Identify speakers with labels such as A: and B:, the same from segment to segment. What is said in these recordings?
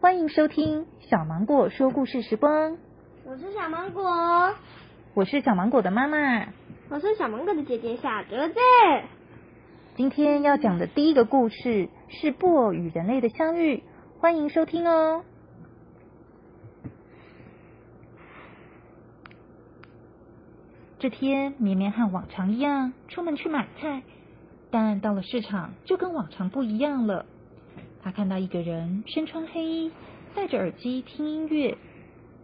A: 欢迎收听小芒果说故事时光，
B: 我是小芒果，
A: 我是小芒果的妈妈。
B: 我是小芒果的姐姐小竹子。
A: 今天要讲的第一个故事是布偶与人类的相遇，欢迎收听哦。这天，绵绵和往常一样出门去买菜，但到了市场就跟往常不一样了。他看到一个人身穿黑衣，戴着耳机听音乐，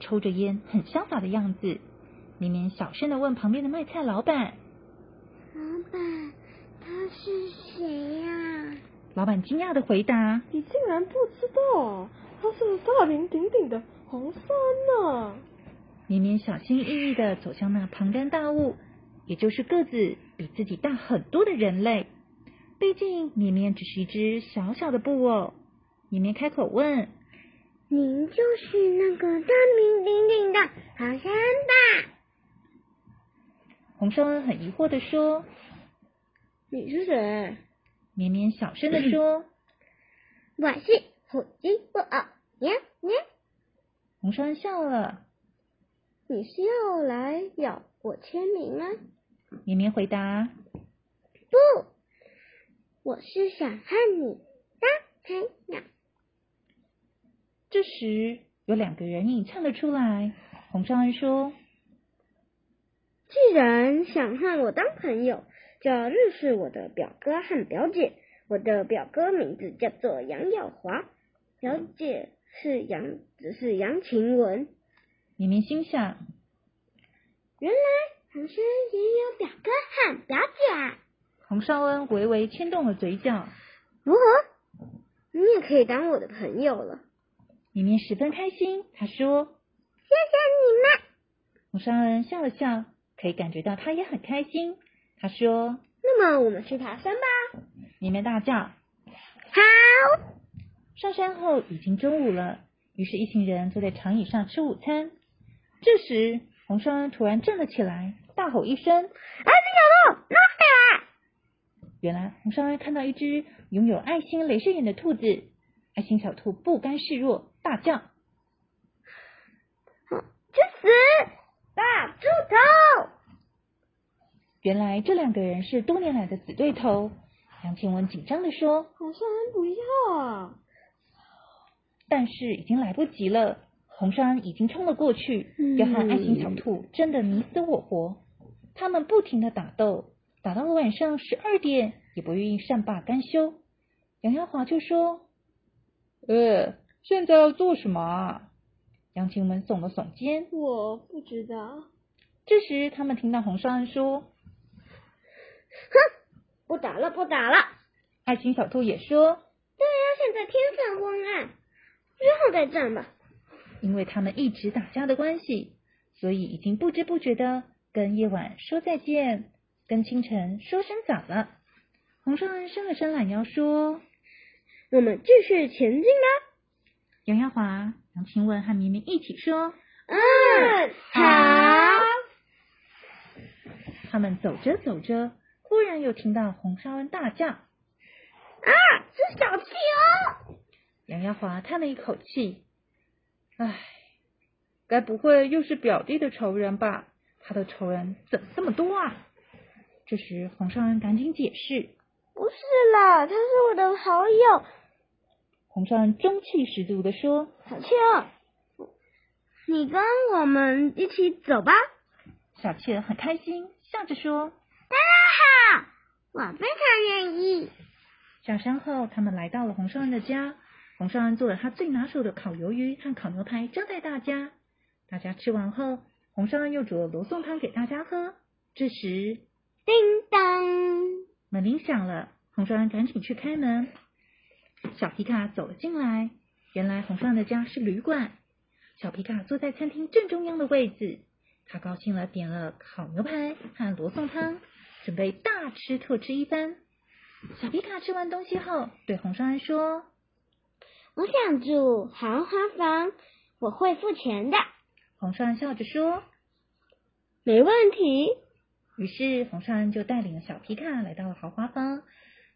A: 抽着烟，很潇洒的样子。绵绵小声的问旁边的卖菜老板，
B: 老板，他是谁啊呀、
A: 老板惊讶的回答
C: 你竟
B: 啊
C: 然不知道，他是个大名鼎鼎的红山呐、
A: 绵绵小心翼翼的走向那庞然大物，也就是个子比自己大很多的人类。毕竟绵绵只是一只小小的布偶。绵绵开口问
B: 您就是那个大名鼎鼎的唐山吧？
A: 红烧恩，很疑惑的说
C: 你是谁？：“
A: 绵绵小声的说。”
B: 我是虎鲸布偶，喵喵。
A: 红烧恩笑了。
C: 你是要来要我签名吗？
A: 绵绵回答
B: 不，我是想和你当朋友。：“
A: 这时有两个人影窜了出来。”红烧恩说
C: 既然想和我当朋友，就要认识我的表哥和表姐。我的表哥名字叫做杨耀华，表姐是杨，只是杨晴雯。：“
A: 绵绵心想，
B: 原来唐山也有表哥和表
C: 啊
B: 姐。
A: 红烧恩微微牵动了嘴角。
C: 如何？你也可以当我的朋友了。”
A: 绵绵十分开心，他说
B: 谢谢你们。：“
A: 红烧恩笑了笑，可以感觉到他也很开心。”他说
C: 那么我们去爬山吧。：“
A: 绵绵大叫，
B: 好，
A: 上山后已经中午了，于是一行人坐在长椅上吃午餐。这时，红烧恩突然站了起来，大吼一声
B: 二十九路拉回来。：“
A: 原来红烧恩看到一只拥有爱心镭射眼的兔子。”爱心小兔不甘示弱，大叫。
B: 去死！大猪头！
A: 原来这两个人是多年来的死对头。杨晴雯紧张的说
C: 好像不要啊！：“
A: 但是已经来不及了。”红烧恩已经冲了过去，要和爱心小兔争得你死我活。他们不停的打斗，打到了晚上十二点，也不愿意善罢甘休。杨耀华就说：“呃，现在要做什么啊？”杨晴雯耸了耸肩。
C: 我不知道，
A: 这时，他们听到红烧恩说，
C: 不打了，不打了。
A: 爱心小兔也说，
C: 现在天色昏暗，之后再战吧。
A: 因为他们一直打架的关系，所以已经不知不觉的跟夜晚说再见，跟清晨说声早了。红烧恩伸了伸懒腰说
C: 我们继续前进吧。：“
A: 杨耀华、杨晴雯和绵绵一起说。
C: 嗯，
B: 好。
A: 他们走着走着，忽然又听到红烧恩大叫。
B: 是小哦企鹅。
A: 杨耀华叹了一口气：“唉，该不会又是表弟的仇人吧？他的仇人怎么这么多啊？”这时，红烧恩赶紧解释。
B: 不是啦，他是我的好友，
A: 红烧恩中气十足的说
B: 小企鹅。你跟我们一起走吧。：“
A: 小企鹅很开心，笑着说。
B: 哈，我非常愿意。”
A: 上山后，他们来到了红烧恩的家。红烧恩做了他最拿手的烤鱿鱼和烤牛排，招待大家。大家吃完后，红烧恩又煮了罗宋汤给大家喝。这时，
B: 叮当，
A: 门铃响了，红烧恩赶紧去开门。小皮卡走了进来，原来红烧恩的家是旅馆。小皮卡坐在餐厅正中央的位置，他高兴了，点了烤牛排和罗宋汤，准备大吃特吃一番。小皮卡吃完东西后，对红烧恩说
B: 我想住豪华房，我会付钱的。：“
A: 红烧恩笑着说。
C: 没问题。”
A: 于是红烧恩就带领了小皮卡来到了豪华房。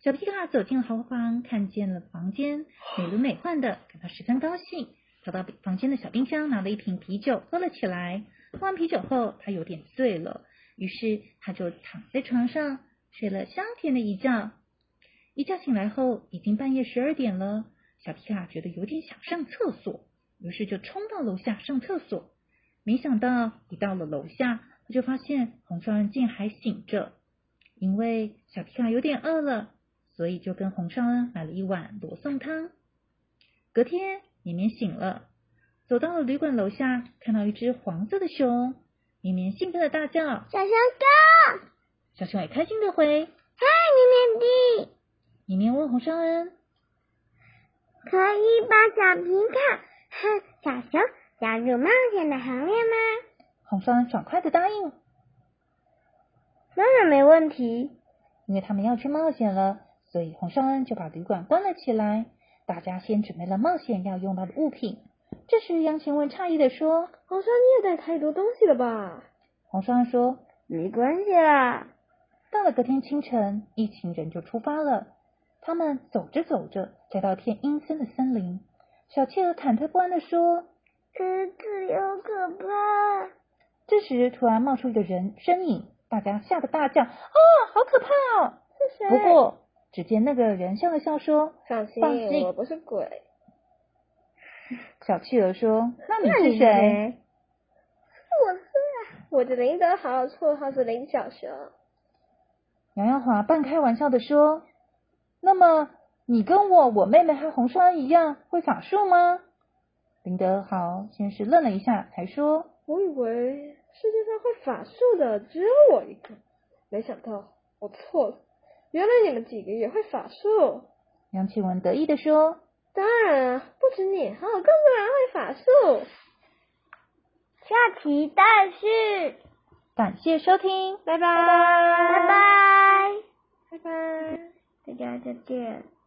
A: 小皮卡走进豪房，看见了房间美轮美奂的，感到十分高兴。跑到房间的小冰箱拿了一瓶啤酒喝了起来。喝完啤酒后，他有点醉了，于是他就躺在床上睡了香甜的一觉。一觉醒来后，已经半夜十二点了。小皮卡觉得有点想上厕所，于是就冲到楼下上厕所。没想到一到了楼下，他就发现红烧恩竟还醒着。因为小皮卡有点饿了，所以就跟红烧恩买了一碗罗宋汤。隔天。绵绵醒了，走到了旅馆楼下，看到一只黄色的熊。绵绵兴奋的大叫：“
B: 小熊哥！”
A: 小熊也开心的回：“
B: 嗨，绵绵弟！”
A: 绵绵问红烧恩：“
B: 可以把小皮卡和小熊加入冒险的行列吗？”
A: 红烧恩爽快的答应：“
C: 当然没问题。”
A: 因为他们要去冒险了，所以红烧恩就把旅馆关了起来。大家先准备了冒险要用到的物品。这时，杨晴雯诧异的说：“
D: 红山，你也带太多东西了吧？”
A: 红山说：“
C: 没关系啦。”
A: 到了隔天清晨，一行人就出发了。他们走着走着，来到片阴森的森林。小企鹅忐忑不安的说：“
B: 嗯，这里好可怕！”
A: 这时，突然冒出一个人身影，大家吓得大叫：“哦，好可怕哦！”
D: 是谁？
A: 不过。只见那个人笑了笑说：“
D: 放心，
A: 放心
D: 我不是鬼。”
A: 小企鹅说：“那你是谁？”
D: 我是我的林德豪，绰号是林小熊。
A: 杨耀华半开玩笑的说：“那么你跟我、我妹妹和红双一样会法术吗？”林德豪先是愣了一下，才说：“
D: 我以为世界上会法术的只有我一个，没想到我错了。”原来你们几个也会法术，
A: 杨启文得意的说：“
D: 当然、啊，不止你，还有更多人会法哦术。”
B: 下期待续，
A: 感谢收听，
D: 拜拜，
B: 拜拜，
D: 拜拜，
C: 大家再见。